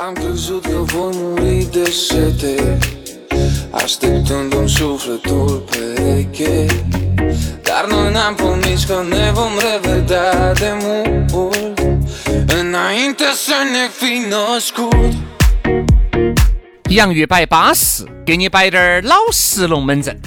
Am crezut că voi muri de sete Așteptând un sufletul pereche Dar noi n-am promis că ne vom revedea de mult Înainte să ne fi născut 洋芋摆巴适，给你摆点儿老实龙门阵。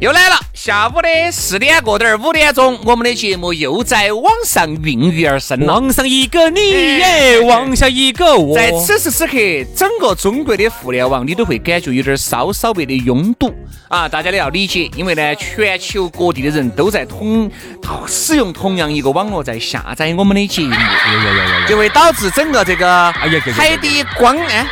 又来了，下午的四点过点儿五点钟，我们的节目又在网上孕育而生了。往上一个你耶，往下一个我。在此时此刻，整个中国的互联网，你都会感觉有点儿稍稍微的拥堵啊！大家都要理解，因为呢，全球各地的人都在同同使用同样一个网络在下载我们的节目，就会导致整哎个这个呀呀呀海底光哎。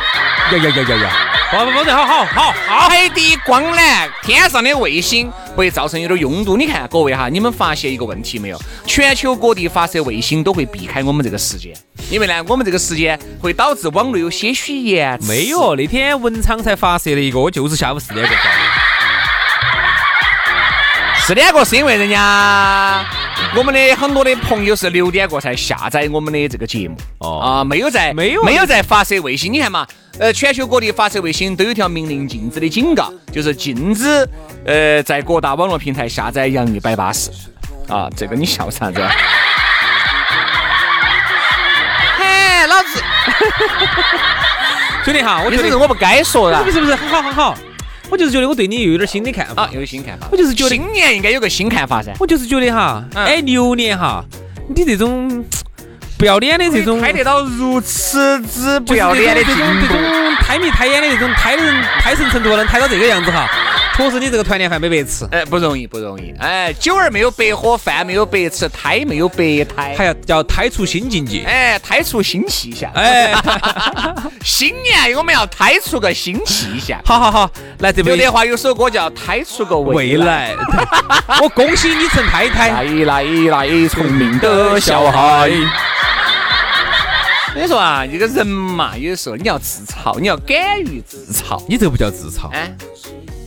呀呀呀呀呀！好，好，好，好，好，好。海底光缆，天上的卫星会造成有点拥堵。你看各位哈，你们发现一个问题没有？全球各地发射卫星都会避开我们这个时间，因为呢，我们这个时间会导致网络有些许延迟。没有，那天文昌才发射了一个，就是下午四点过发四点过是因为人家我们的很多的朋友是六点过才下载我们的这个节目哦啊，没有在没有没有在发射卫星。你看嘛，呃，全球各地发射卫星都有一条明令禁止的警告，就是禁止呃在各大网络平台下载洋芋摆巴士啊。这个你笑啥子？嘿，老子，的。兄弟哈， 我你是觉不是得我不该说啊 了不是不是，很好很好。我就是觉得我对你又有点新的看法。啊？有新看法，我就是觉得新年应该有个新看法噻。我就是觉得哈，嗯哎，牛年哈，你这种不要脸的这种，开得到如此之不就是要脸的这进种这步种。这种胎迷胎眼的这种胎人胎神程度能胎到这个样子哈，确实你这个团年饭没白吃，哎，不容易，不容易。哎，酒儿没有白喝，饭没有白吃，胎没有白还胎。要要胎出新境界。哎，胎出新气象。哎，新年啊我们要胎出个新气象。好好好，来这刘边德华有首歌叫《胎出个未未来》。哎来，我恭喜你成太来太。来来，聪明的小孩。所以说啊，一个人嘛，有的时候你要自嘲，你要敢于自嘲。你这不叫自嘲，哎，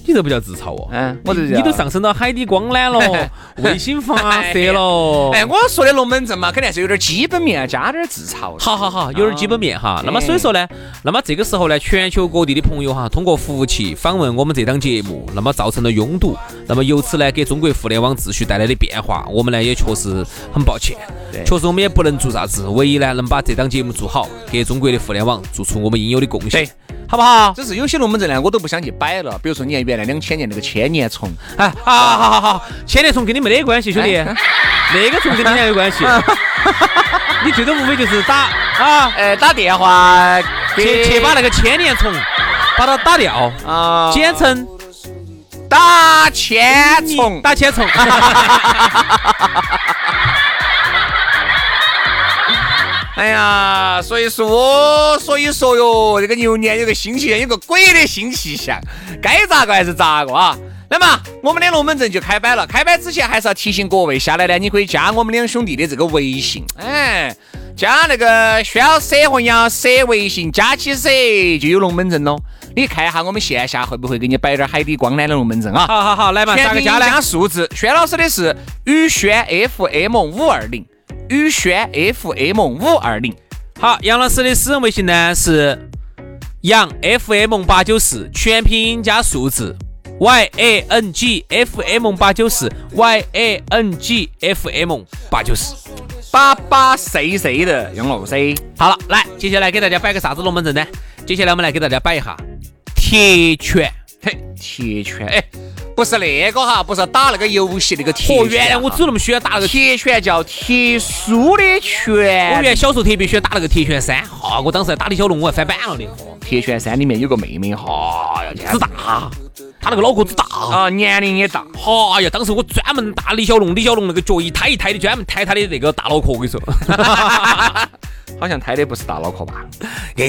你这不叫自嘲哦。嗯我这你叫你都上升到海底光 缆了，哦卫星发射了。哎，我说的龙门阵嘛，肯定还是有点基本面，啊加点自嘲。好好好，有点基本面哈。那么哎所以说呢，那么这个时候呢，全球各地的朋友哈，通过服务器访问我们这档节目，那么造成了拥堵，那么由此呢，给中国互联网秩序带来的变化，我们呢也确实很抱歉，对确实我们也不能做啥子，唯一呢能把这档节目做好，给中国的互联网做出我们应有的贡献对，好不好？只是有些龙门阵呢，我都不想去摆了。比如说，你看原来两千年那个千年虫，哎，好好好好好，千年虫跟你没得关系，兄 弟，哎那个虫跟你俩有 关系，你最多无非就是打啊，呃，打电话去去把那那个千年虫把它打掉，啊，简称。打千虫，打千虫。 哎呀，所以说，所以说哟，这个牛年有个新气象，有个鬼的新气象，该咋个还是咋个啊。那么我们的龙门阵就开摆了，开摆之前还是要提醒各位，下来呢，你可以加我们两兄弟的这个微信，哎，加那个轩老师和杨老师微信，加起噻就有龙门阵喽。你看一下我们线下会不会给你摆点海底光缆的龙门阵啊？ 好好好，来嘛，全咋个拼加加呢？数字，轩老师的是宇轩 FM 五二零，宇轩 FM 五二零。好，杨老师的私人微信呢是杨 FM 八九四，全拼音加数字。Y A N G F M 八九四 Y A N G F M 八九四。巴巴谁谁的杨老师，好了，来，接下来给大家摆个啥子龙门阵呢？接下来我们来给大家摆一下铁拳。嘿，铁拳，哎，不是那个哈，不是打那个游戏那个铁拳哦，啊。原来我只那么喜欢打那个，铁拳叫铁叔的我原拳。来小时候特别喜欢打那个铁拳三，哈，我当时还打李小龙，我还翻版了的，铁拳三里面有个妹妹哈，要只大，他那个脑壳子大。啊，年龄也大。 哈哎呀！当时我专门打李小龙，李小龙那个脚一抬一抬的，专门抬他的那个大脑壳，我 跟你说。好像胎的不是大脑壳吧？哎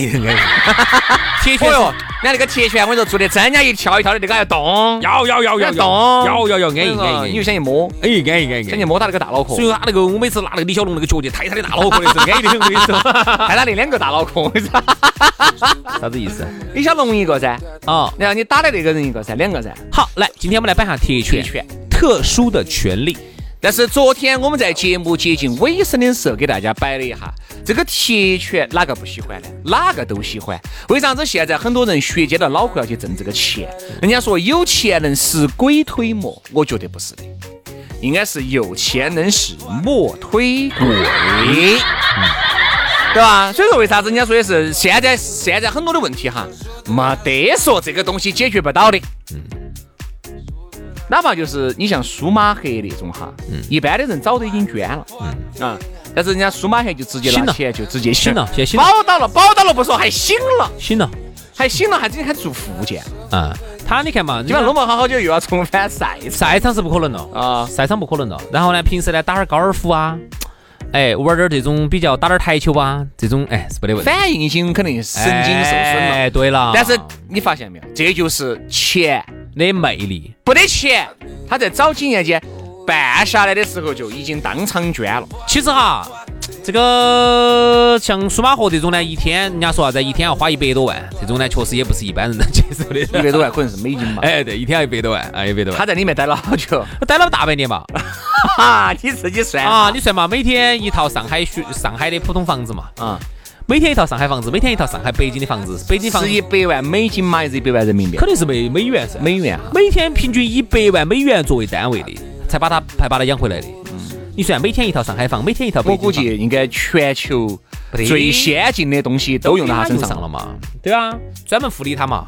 铁拳哦是哟， 人家那个铁拳，我跟你说做的真，人家一跳一跳的，那个还要动，要要要要要动，要要要哎安逸安哎，逸你就想去摸，安逸安逸安想逸去。摸他那个大脑壳所，以他那个，我每次拿那个李小龙那个脚去抬他的大脑壳的时候，安逸的很，我跟你说。看哎他那两个大脑壳， 我跟你说 啥子意思？李小龙一个噻，啊，然后你打的那个人一个噻，两个噻。好，来，今天我们来摆下铁铁拳，拳特殊的权利。但是昨天我们在节目接近尾声的时候，给大家摆了一下这个铁拳，哪个不喜欢呢？哪个都喜欢。为啥子现在很多人学街的脑壳要去挣这个钱？人家说有钱能使鬼推磨，我觉得不是的，应该是有钱能使磨推鬼。对吧？所以说，为啥子人家说的是现在现在很多的问题哈，没得说这个东西解决不到的。嗯哪怕就是你像舒马赫那种哈，嗯一般的人早都已经捐了，啊，但是人家舒马赫就直接醒拿嗯了钱就直接醒了先醒了包到了，包到了不说，还醒了，行了，还醒了，还直接开始做复健，啊，他你看嘛，基本上人家弄不好好久又要重返赛场赛场是不可能了啊赛场不可能了。然后呢，平时呢打点高尔夫啊，哎，玩点这种比较打点台球啊，这种哎是没得问题。反应性肯定神经受损了。哎，对了。但是你发现没有，这就是钱，的魅力，不得钱，他在早几年间办下来的时候就已经当场捐 了。其实哈，这个像舒马赫这种呢，一天人家说啥子，一天要花一百多万，这种呢确实也不是一般人能接受一的。 百多万可能是美金嘛。哎，对，一天要一百多万，哎，一百多他万，在里面待了好 久，他待了大半年嘛。哈，你自己算啊，你算嘛，每天一套上海学上海的普通房子嘛，啊，每天一套上海房子，每天一套上海北京的房子，北京房子是一百万美金嘛，还是一百万人民币肯？定是美美啊元噻，美元哈，啊每天平均一百万美元作为单位的，才把他才把他养回来的。你算每天一套上海房，每天一套嗯北我估京房，计应该全球得最先进的东西都用到他身上了了。嘛？对啊，专门护理他嘛。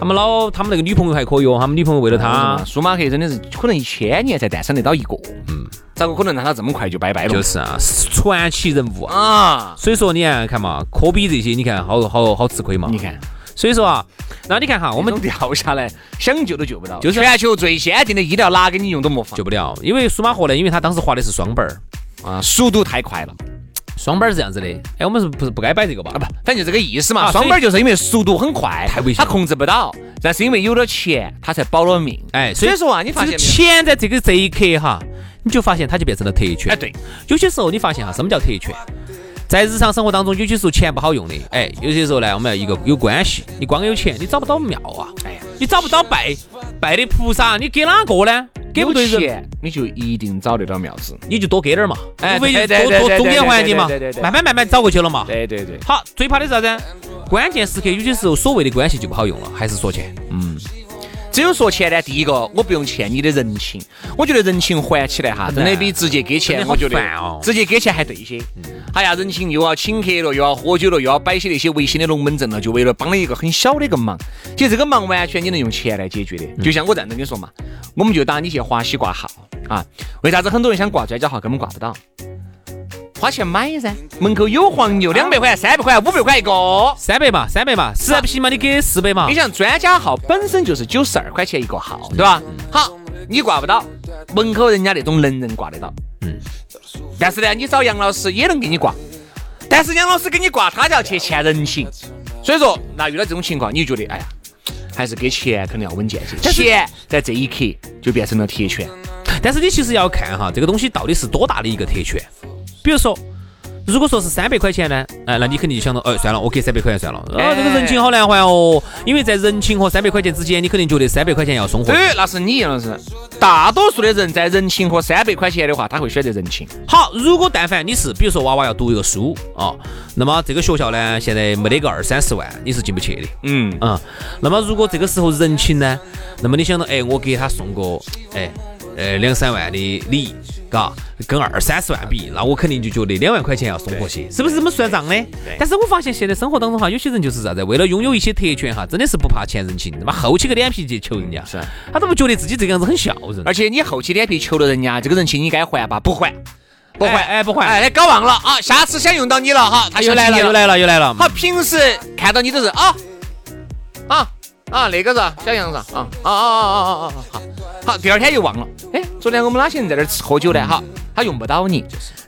他们老他们那个女朋友还可以哦，他们女朋友为了他啊，，舒马赫真的是可能一千年才诞生得到一个，嗯，咋个可能让他这么快就拜拜了？就是啊，传奇人物啊。啊，所以说你看看嘛，科比这些，你看好好好吃亏嘛。你，看所以说啊，那你看哈，我我们们掉下来想救都救不到，就是全球最先进的医疗哪给你用都没法救不了，因为舒马赫呢，因为他当时滑的是双板儿，啊，速度太快了双板儿是这样子的。哎，我们是不是不该摆这个吧啊，？不，反正就这个意思啊嘛。所以双板就是因为速度很快，太危险他了控制不到，但是因为有了钱，他才保了命。哎，所所以以说啊，你发现这没个有？钱在这个这一刻哈，你就发现它就变成了特权。哎，对，有些时候你发现哈，什么叫特权？在日常生活当中，有些时候钱不好用的，哎，有些时候呢，我们要一个有关系，你光有钱，你找不到庙啊，哎呀。你找不到拜拜的菩萨，你给哪个呢？给不对有人，钱你就一定找得到庙子。你就多给点儿嘛，哎无非对对就对多多对中对间对环节嘛对对对，对慢慢慢慢找过去了嘛。对对对，好，最怕的是啥子？关键时刻有些时候所谓的关系就不好用了，还是说钱。只有说钱呢，第一个我不用欠你的人情，我觉得人情还起来哈，真的比直接给真钱，的好我觉得烦哦嗯直接给钱还对些。哎呀，人情又要请客了，又要喝酒了，又要摆些那些违心的龙门阵了，就为了帮了一个很小的一个忙。其实这个忙完全你能用钱来解决嗯的，就像我这样子跟你说嘛，我们就打你去华西挂号啊，为啥子很多人想挂专家号根本挂不到？花钱买噻，门口有黄牛，两百块、三百块、五百块一个。三百嘛，三百嘛，实在不行嘛，你给四百嘛你。像专家号本身就是九十二块钱一个号，对吧？好，你挂不到，门口人家那种能人挂得到。嗯嗯。但是呢，你找杨老师也能给你挂，但是杨老师给你挂，他就要去欠人情。所以说，那遇到这种情况，你就觉得，哎呀，还是给钱肯定要稳健些。钱在这一刻就变成了铁拳。但是你其实要看哈，这个东西到底是多大的一个特权。比如说，如果说是三百块钱呢，哎，那你肯定就想到，哎，算了，我给三百块钱算了。啊，这个人情好难还哦，因为在人情和三百块钱之间，你肯定觉得三百块钱要送货。对，那是你哎杨老师。大多数的人在人情和三百块钱的话，他会选择人情。好，如果但凡你是，比如说娃娃要读一个书啊，那么这个学校呢，现在没得个二三十万，你是进不去的。嗯。啊、那么如果这个时候人情呢，那么你想到，哎，我给他送个，哎，呃两三万的礼仪，嘎，跟二三十万比，那我肯定就觉得两万块钱要送过去，是不是这么算账的？但是我发现现在生活当中哈，有些人就是啥子，为了拥有一些特权哈，真的是不怕前人情，他妈厚起个脸皮去求人家，是啊他都不觉得自己这个样子很孝顺，而且你厚起脸皮求了人家，这个人情你该还吧？不还，不还，哎哎不还哎哎，搞忘了啊，下次想用到你了哈，他想又起来了你又来了又来了，好，平时看到你都是啊啊啊那个啥，小杨啥啊啊啊啊啊啊啊！好，好，第二天又忘了。哎，昨天我们哪些人在这儿吃喝酒呢？哈，他用不到你。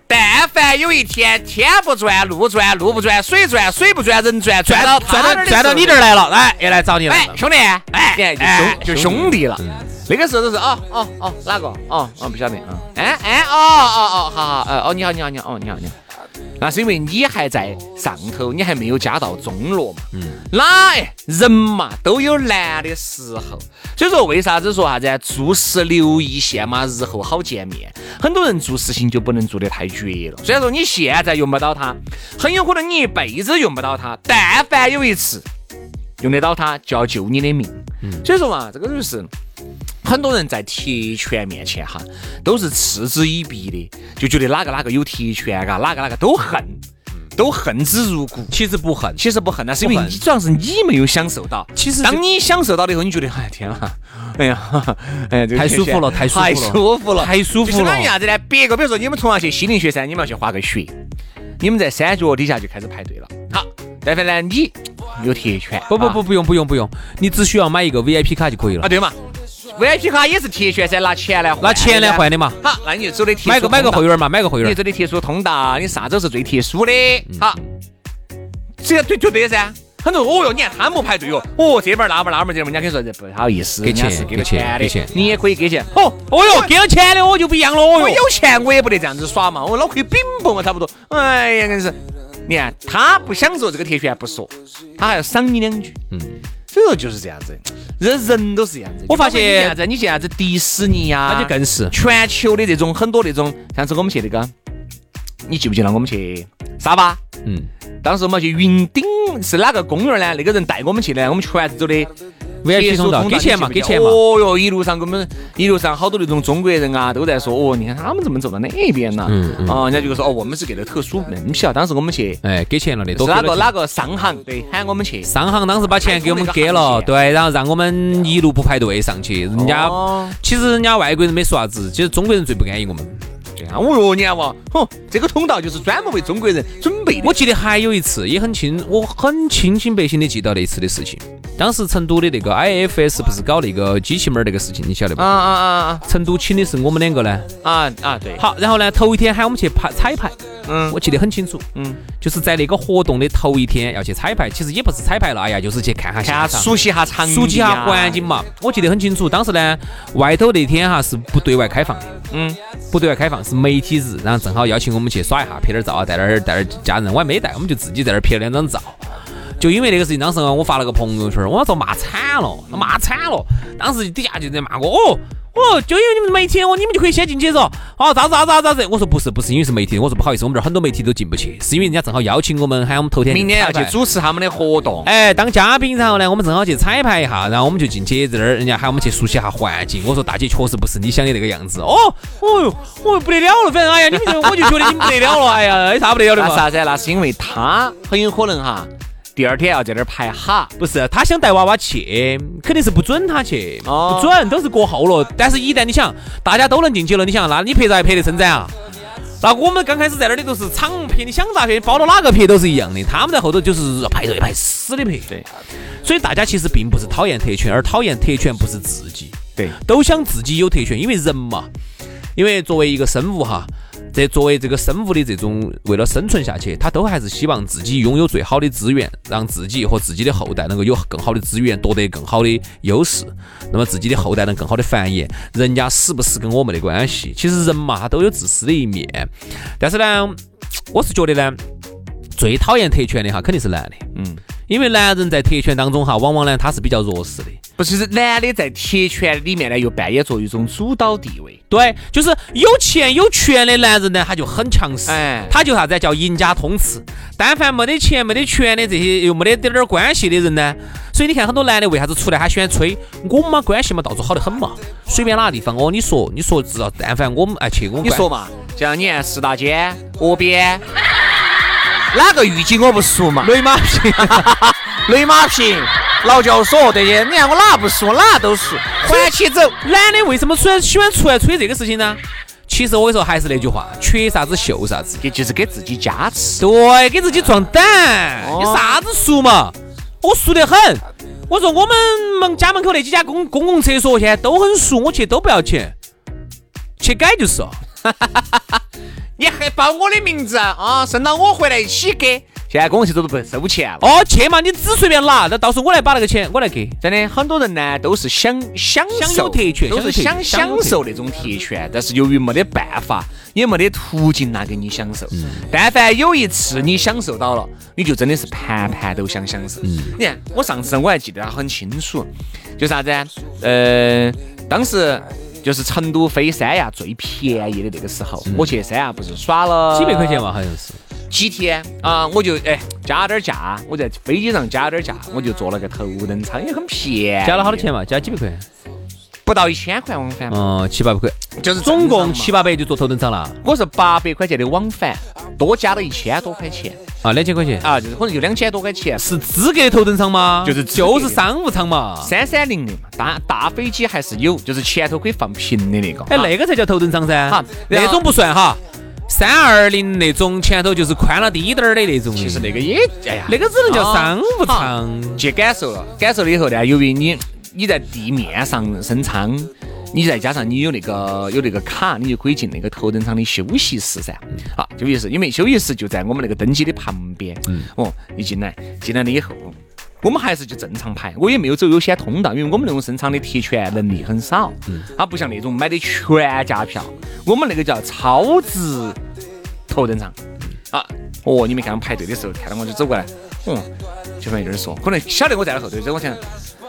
但凡有一天天不转路转路不转水转水不转人转转到转他到那儿的转到时候你这儿来了，来又来找你了哎，，兄弟，哎，哎就兄就兄弟嗯了。那个时候都是哦哦哦，哪个？哦哦，不晓得啊。哎哎，哦哦哦，好好，呃，哦，你好你好你好，哦你好你好。那是因为你还在上头，你还没有加到中落嘛。嗯。那哎人嘛都有难的时候，所以说为啥子说啥子啊做事留一线嘛，日后好见面。很多人做事情就不能做得太绝了。虽然说你现在用不到它，很有可能你一辈子用不到它，但凡有一次用得到它就要救你的命。嗯所以说嘛，这个就是很多人在特权面前哈，都是嗤之以鼻的，就觉得哪个哪个有特权啊，哪个哪个都恨，都恨之入骨。其实不恨，其实不恨那是因为嗯不恨你主要是你没有享受到。其实这当你享受到了以后，你觉得哎天啊，哎呀， 哈哈哎呀，这个太天舒服气了太舒服太了舒服了，太舒服就相了当于啥子呢？别个比如说你们同样去西岭雪山，你们要去滑个雪，你们在山脚底下就开始排队了。好，但凡呢你有特权，不不啊不不用不用不用，你只需要买一个 VIP 卡就可以了啊，，对嘛，VIP 卡也是铁血噻，拿钱来换哎拿钱来换。的嘛，好，那你就走的铁买个买个会员，员嘛，买个会你员，走的特殊通道，你啥子是最特殊的？嗯好，这个对就对噻。很多人哦哟，你看他们不排队哟，哦这边儿那边儿那边儿这边儿，人家跟你说这不好意思，给钱人家是给了给钱钱给的钱，你也可以给钱。哦哦哟，给了钱的我就不一样了哦我哟，有钱我也不得这样子耍嘛，我脑壳有饼崩啊，差不多。哎呀，硬是，你看他不享受这个特权不说，他还要赏你两句。嗯，所以说就是这样子，这人都是这样子。我发你现看啥子，你像啥子迪士尼呀、那就更是全球的这种很多那种，上次我们去那个，你记不记得我们去沙巴？嗯。当时我们去云顶是哪个公园呢？那个人带我们去的，我们全是走的 VIP 通道给钱嘛给钱嘛哦哟，一路上我们一路上好多那种中国人啊，都在说哦，你看他们怎么走到那边呢？嗯嗯啊，人家就说哦，我们是给的特殊，你晓得当时我们去哎，给钱了的，是多给哪个了钱。哪个商行对喊我们去，商行当时把钱给我们给了，对，然后让我们一路不排队上去。人家哦其实人家外国人没说啥子，其实中国人最不安逸我们。对啊，哦哟，你看哇，哼，这个通道就是专门为中国人准备的我。记得还有一次也很清，我很清清白白的记到那一次的事情。当时成都的那个 IFS 不是搞那个机器猫儿那个事情，你晓得啊吧？啊啊成都请的是我们两个呢。啊啊啊！对，好，然后呢，头一天喊我们去排彩排，嗯我记得很清楚，嗯，就是在那个活动的头一天要去彩排，其实也不是彩排了，哎呀，就是去看下现看场下。熟悉一下场地啊，熟悉下环境嘛。我记得很清楚，当时呢，外头那天哈是不对外开放的，嗯，不对外开放是媒体日，然后正好邀请我们去耍一下，拍点照啊，带点儿带点儿家人，我还没带，我们就自己在那儿拍了两张照。就因为那个事情，当时我发了个朋友圈，我遭骂惨了，骂惨了。当时底下就在骂我，哦哦，就因为你们媒体，哦，你们就可以先进去嗦。哦，咋子咋子咋子咋子？我说不是不是，因为是媒体。我说不好意思，我们这儿很多媒体都进不去，是因为人家正好邀请我们，喊我们头天明天要彩去排主持他们的活动。哎，当嘉宾，然后呢，我们正好去彩排一下，然后我们就进去在那儿，人家喊我们去熟悉一下环境。我说大姐确实不是你想的那个样子。哦，哦哟，哦不得了了，反正哎呀，你们这我就觉得你们不得了了，哎呀，有啥不得了的那是嘛？啥子？啊那是因为他很有可能哈，第二天要在这儿排哈。不是，他想带娃娃去，肯定是不准他去，哦不准都是过后了。但是，一旦你想大家都能进去了，你想，那你拍照还拍得伸展啊？那我们刚开始在那里都是敞拍，你想咋拍，包到哪个拍都是一样的。他们在后头就是排队排死的拍。对所以大家其实并不是讨厌特权，而讨厌特权不是自己，对，都想自己有特权，因为人嘛，因为作为一个生物哈，这作为这个生物的这种为了生存下去，他都还是希望自己拥有最好的资源，让自己和自己的后代能够有更好的资源，夺得更好的优势，那么自己的后代能更好的繁衍。人家死不死跟我没得关系，其实人嘛，他都有自私的一面，但是呢，我是觉得呢，最讨厌特权的哈，肯定是男的。因为男人在特权当中哈，往往呢他是比较弱势的，不是是男的在铁拳里面呢，又扮演着一种主导地位。对，就是有钱有权的男人呢，他就很强势，哎他就啥子叫赢家通吃。但凡没得钱、没得权的这些又没得点儿关系的人呢，所以你看很多男的为啥子出来他喜欢吹，我们嘛关系嘛到处好得很嗯嘛，随便哪个地方哦，你说你说只要但凡我们哎去我们你关说嘛，像你看四大街、河 边，哪个狱警我不熟嘛？雷马 屁，雷马坪、劳教所这些，你看我哪不熟，我哪都熟。缓起走，男的为什么出来喜欢出来吹这个事情呢？其实我跟你说还是那句话，缺啥子秀啥子。也就是给自己加持。对，给自己壮胆，哦你啥子熟嘛？我熟得很。我说我们门家门口那几家公公共厕所现在都很熟，我去都不要钱，去改就是哦了。你还报我的名字啊？升到我回来一起给。现在公共厕所都不收钱了。哦，去嘛，你只随便拿，那到时候我来把那个钱我来给。真的，很多人呢都是享享享受有特权都是享想有特权享享有特受那种特权，但是由于没得办法，也没得途径拿给你享受。嗯但凡有一次你享受到了，你就真的是盘盘都想享受。嗯你看，我上次我还记得他很清楚，就啥子啊？呃，当时。就是成都飞三亚最便宜的那个时候，我去三亚不是耍了嗯几百块钱啊嘛，好像是。几天啊，我就哎加点儿价，我在飞机上加点儿价，我就坐了个头等舱，也很便宜。加了好多钱嘛？加几百哎块？不到一千块往返嘛，嗯，七八百块，就是总共七八，八百就坐头等舱了我是八百块钱的往返，多加了一千多块钱啊，两千块钱。啊，就是可能就两千多块钱。是资格的头等舱吗？就是资格的就是商务舱嘛。三三零零嘛，大大飞机还是有，就是前头可以放平的那个。哎，啊那个才叫头等舱噻好，那然后种不算哈。三二零那种前头就是宽了低点儿的那种，其实那个也，哎呀，嗯那个只能叫商务舱。去感受了，感受了以后呢，由于你你在地面上升舱，你再加上你有那个有那个卡，你就可以进那个头等舱的休息室噻。嗯啊，休息室，因为休息室就在我们那个登机的旁边。嗯哦，一进来，进来了以后。我们还是就正常排，我也没有走优先通道，因为我们那种升舱的特权能力很少，嗯它不像那种买的全价票，我们那个叫超值头等舱啊。哦，你没看我排队的时候，看到我就走过来，嗯，就反正有点说，可能晓得我在那后头，所以我想，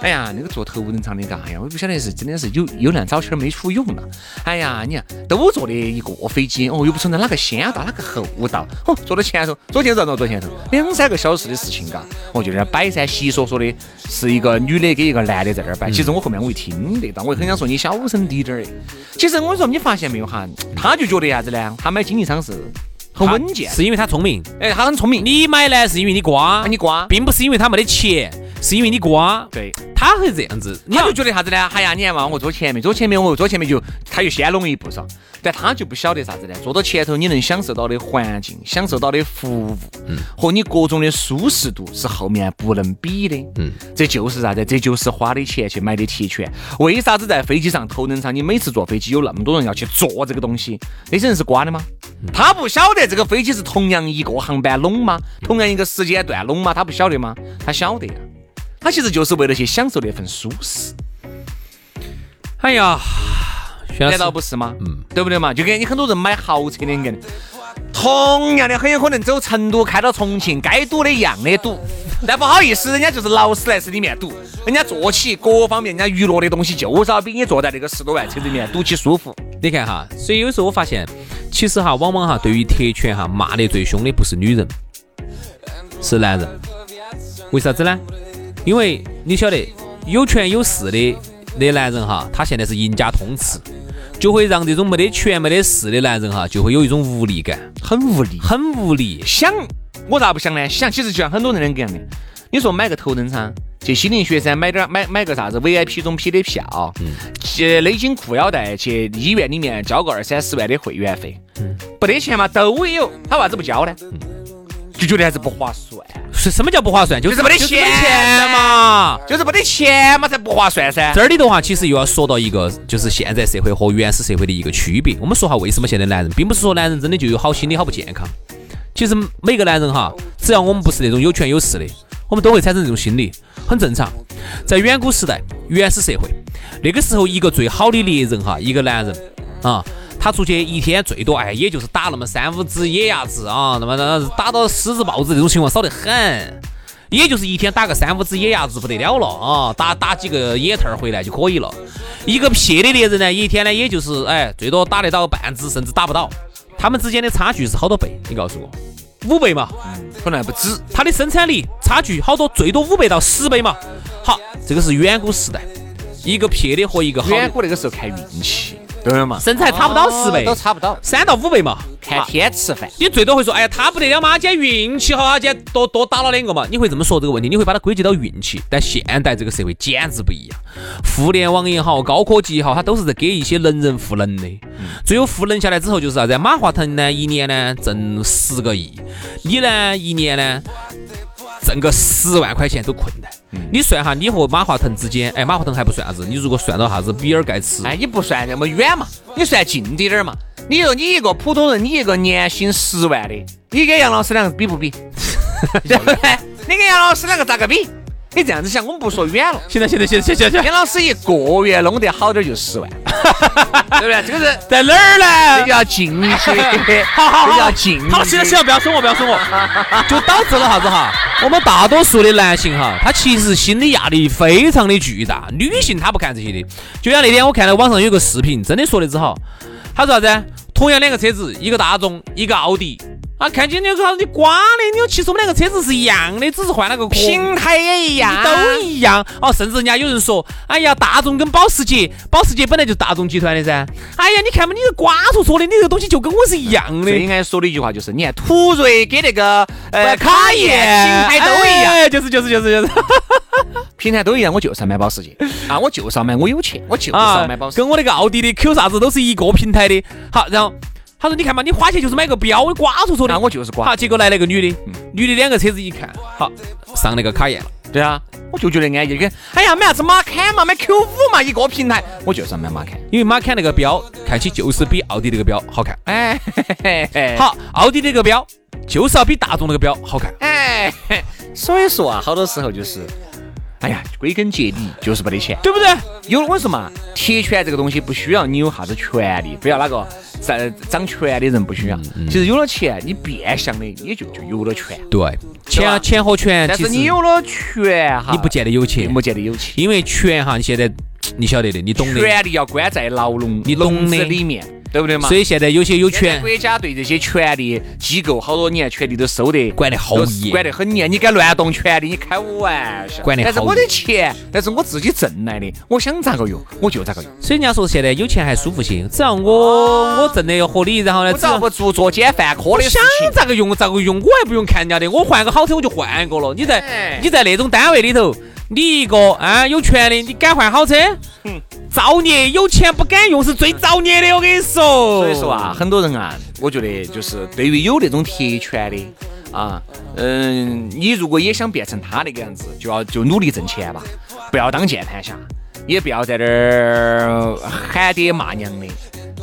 哎呀，那个坐头等舱的嘎，哎呀，我也不晓得是真的是有有难找钱儿没处用了。哎呀，你看都坐的一个飞机，哦，又不存在哪个先到哪个后到，哦，坐到前头，左前头到左前头，两三个小时的事情嘎，我就在那儿摆噻，稀嗦嗦的，是一个女的跟一个男的在那儿摆。其实我后面我一听得到，我也很想说你小声滴点儿哎。其实我说你发现没有哈，他就觉得啥子呢？他买经济舱是很稳健，是因为他聪明。哎，他很聪明，你买呢是因为你瓜，啊你瓜并不是因为他没得钱，是因为你瓜。对。他会这样子，你他要就觉得啥子呢？哎呀，你看嘛，我坐前面，坐前面我坐前面就，他就先拢一步噻。但他就不晓得啥子呢？坐到前头，你能享受到的环境、享受到的服务、嗯和你各种的舒适度是后面不能比的。嗯，这就是啥子？这就是花的钱去买的铁拳。为啥子在飞机上头等舱，你每次坐飞机有那么多人要去坐这个东西？那些人是瓜的吗？嗯他不晓得这个飞机是同样一个航班拢吗？同样一个时间段拢吗？他不晓得吗？他晓得呀、他其实就是为了去享受那份舒适，哎呀，徐难道老不是吗？嗯，对不对嘛？就跟你很多人买豪车的人，同样的很有可能走成都开到重庆，该堵的一样的 堵。但不好意思，人家就是劳斯莱斯里面堵，人家坐起各方面，人家娱乐的东西就是要比你坐在那个十多万车子里面堵起舒服。师，你看哈，所以有时候我发现，其实哈，往往哈，对于铁拳哈，骂得最凶的不是女人，是男人。为啥子呢？因为你晓得，有权有势的的男人哈，他现在是赢家通吃，就会让这种没得权没得势的男人哈，就会有一种无力感，很无力。很无力。想我咋不想呢？想，其实就像很多人一样的，你说买个头等舱，去西岭雪山买点儿买买个啥子 VIP 中 P 的票，去勒紧裤腰带去医院里面交个二三十万的会员费，不得钱嘛，都有，他为啥子不交呢？就觉得还是不划算，是什么叫不划算？就就是没得没钱钱嘛。就是没得钱嘛才不划算噻。这里的话，其实又要说到一个，就是现在社会和原始社会的一个区别。我们说哈，为什么现在男人，并不是说男人真的就有好心理好不健康。其实每个男人哈，只要我们不是那种有权有势的，我们都会产生这种心理，很正常。在远古时代、原始社会，那个时候一个最好的猎人哈，一个男人啊，他出去一天最多哎，也就是打那么三五只野鸭子啊，那么那打到狮子、豹子这种情况少得很。也就是一天打个三五只野鸭子不得了了啊，打打几个野兔儿回来就可以了。一个撇的猎人呢，一天呢也就是哎，最多打得到半只，甚至打不到。他们之间的差距是好多倍？你告诉我，五倍嘛？可能还不止。它的生产力差距好多，最多五倍到十倍嘛。好，这个是远古时代，一个撇的和一个好远的古那个时候看运气，对不对嘛？身材差不到十倍，都差不到，三到五倍嘛。看天吃饭。你最多会说，哎呀，他不得了嘛，今天运气好啊，今天多多打了两个嘛。你会这么说这个问题，你会把它归结到运气。但现代这个社会简直不一样，互联网也好，高科技也好，它都是在给一些能人赋能的。最后赋能下来之后就是啥、子？哎马化腾呢，一年呢挣十个亿，你呢一年呢挣个十万块钱都困难。你算哈，你和马化腾之间，哎，马化腾还不算啥子，你如果算到啥子比尔盖茨，哎，你不算那么远嘛，你算近滴点儿嘛。你说你一个普通人，你一个年薪十万的，你跟杨老师两个比不比？ 对不对？你跟杨老师两个咋个比？你这样子想，我们不说远了。现在现在现在现在现在杨老师一个月弄得好点儿就十万， 对不对？这个人在哪儿呢这？叫进去， 好好这好，叫进去。好，行了行了，不要说我，不要说我，就导致了啥子哈？我们大多数的男性哈，他其实心理压力非常的巨大。女性她不看这些的，就像那天我看到网上有个视频，真的说的之好，他说啥子？同样两个车子，一个大众，一个奥迪。啊，看起来你啥子？你瓜的，你其实我们两个车子是一样的，只是换了个壳平台也一样，都一样哦，甚至人家有人说，哎呀，大众跟保时捷，保时捷本来就是大众集团的噻。哎呀，你看嘛，你这瓜叔说的，你这个东西就跟我是一样的最。应该说的一句话就是，你看途锐跟那个呃卡宴宴平台都一样，哎，就是就是就是 就是平台都一样，我就是要买保 时捷啊，我就是要买，我有钱，我就是要买保时捷。啊跟我那个奥迪的 Q 啥子都是一个平台的。好，然后他说你看嘛，你花钱就是买个表，我瓜叔说的啊那，啊我就是瓜好，，结果来了个女的，女的两个车子一看，好，上那个卡宴了。对啊，我就觉得安逸，跟哎呀买啥子马凯嘛，买 Q 五嘛，一个平台，我就是要买马凯。因为马凯那个表看起就是比奥迪那个表好看，哎，嘿嘿，好，奥迪那个表就是要比大众那个表好看。哎，嘿所以说啊，好多时候就是，哎呀，归根结底就是没得钱。对不对？有我跟你说嘛，铁拳这个东西不需要你有啥子权利，不要哪个在掌权的人不需要。嗯其实有了钱，你变相的也就就有了权，对对，吧钱钱和权，但其是实你有了权哈，你不见得有钱，没见得有钱。因为权哈，你现在你晓得的，你懂的。权利要关在牢笼，你懂的笼子里面，对不对嘛？所以现在有些有现在权国家对这些权利机构好多年权利都收得管得好都是严管得很严。你敢乱动权利，你开玩笑。管得但是好我的钱，但是我自己挣来的，我想咋个用我就咋个用。所以人家说现在有钱还舒服些，只要我我挣的合理，然后呢，啊我只咋要不做作奸犯科我的事想情？咋个用咋个用，我还不用看人家的，我换个好车我就换一个了。你在哎你在那种单位里头，你一个啊有权的，你敢换好车？造孽！有钱不敢用是最造孽的，我跟你说。所以说啊，，很多人啊，我觉得就是对于有那种特权的啊，嗯，你如果也想变成他那个样子，就要就努力挣钱吧，不要当键盘侠，也不要在那儿喊爹骂娘的，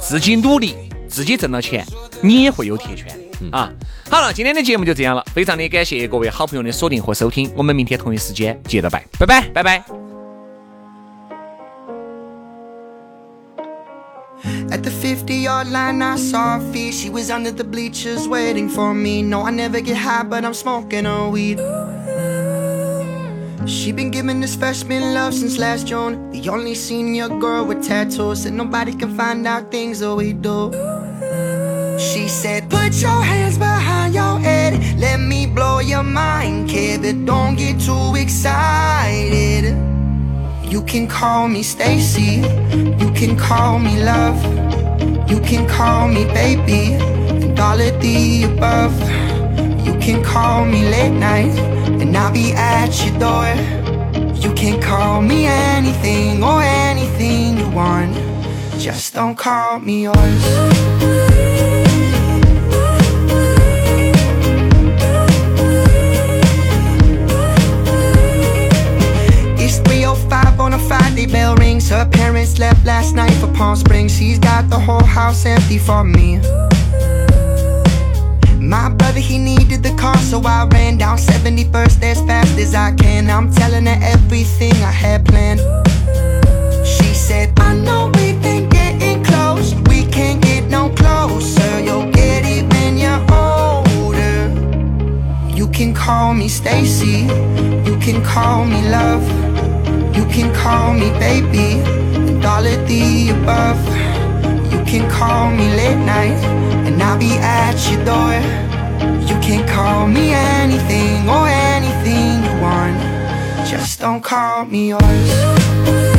自己努力，自己挣了钱，你也会有特权。啊，好了，今天的节目就这样了，非常的感谢各位好朋友的锁定和收听，我们明天同一时间接着拜，拜拜。拜拜。 At the 50 yard line, I saw her feet. She was under the bleachers waiting for me. No, I never get high, but I'm smoking her weed. She been giving this freshman love since last June. The only senior girl with tattoos, and nobody can find out things that we do. She said, Put your hands behind your head. Let me blow your mind, kid, but don't get too excited. You can call me Stacy. You can call me love. You can call me baby. And all of the above. You can call me late night. And I'll be at your door. You can call me anything or anything you want. Just don't call me yours. It's 305 on a Friday, bell rings. Her parents left last night for Palm Springs. She's got the whole house empty for me. My brother, he needed the car, so I ran down 71st as fast as I can. I'm telling her everything I had planned. She said, I know we've been getting close. We can't get no closer. You'll get it when you're older. You can call me Stacy. can call me love. You can call me baby. And all of the above. You can call me late night. And I'll be at your door. You can call me anything or anything you want. Just don't call me yours.